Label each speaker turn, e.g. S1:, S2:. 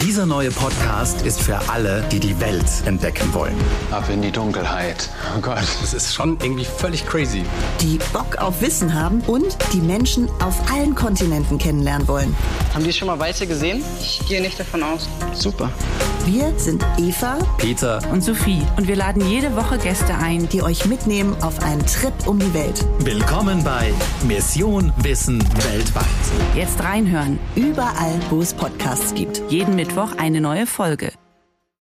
S1: Dieser neue Podcast ist für alle, die die Welt entdecken wollen.
S2: Ab in die Dunkelheit. Oh Gott.
S3: Das ist schon irgendwie völlig crazy.
S4: Die Bock auf Wissen haben und die Menschen auf allen Kontinenten kennenlernen wollen.
S5: Haben die schon mal Weiße gesehen?
S6: Ich gehe nicht davon aus.
S5: Super.
S4: Wir sind Eva,
S1: Peter
S7: und Sophie und wir laden jede Woche Gäste ein,
S4: die euch mitnehmen auf einen Trip um die Welt.
S1: Willkommen bei Mission Wissen weltweit.
S7: Jetzt reinhören.
S4: Überall, wo es Podcasts gibt.
S7: Jeden Mittwoch eine neue Folge.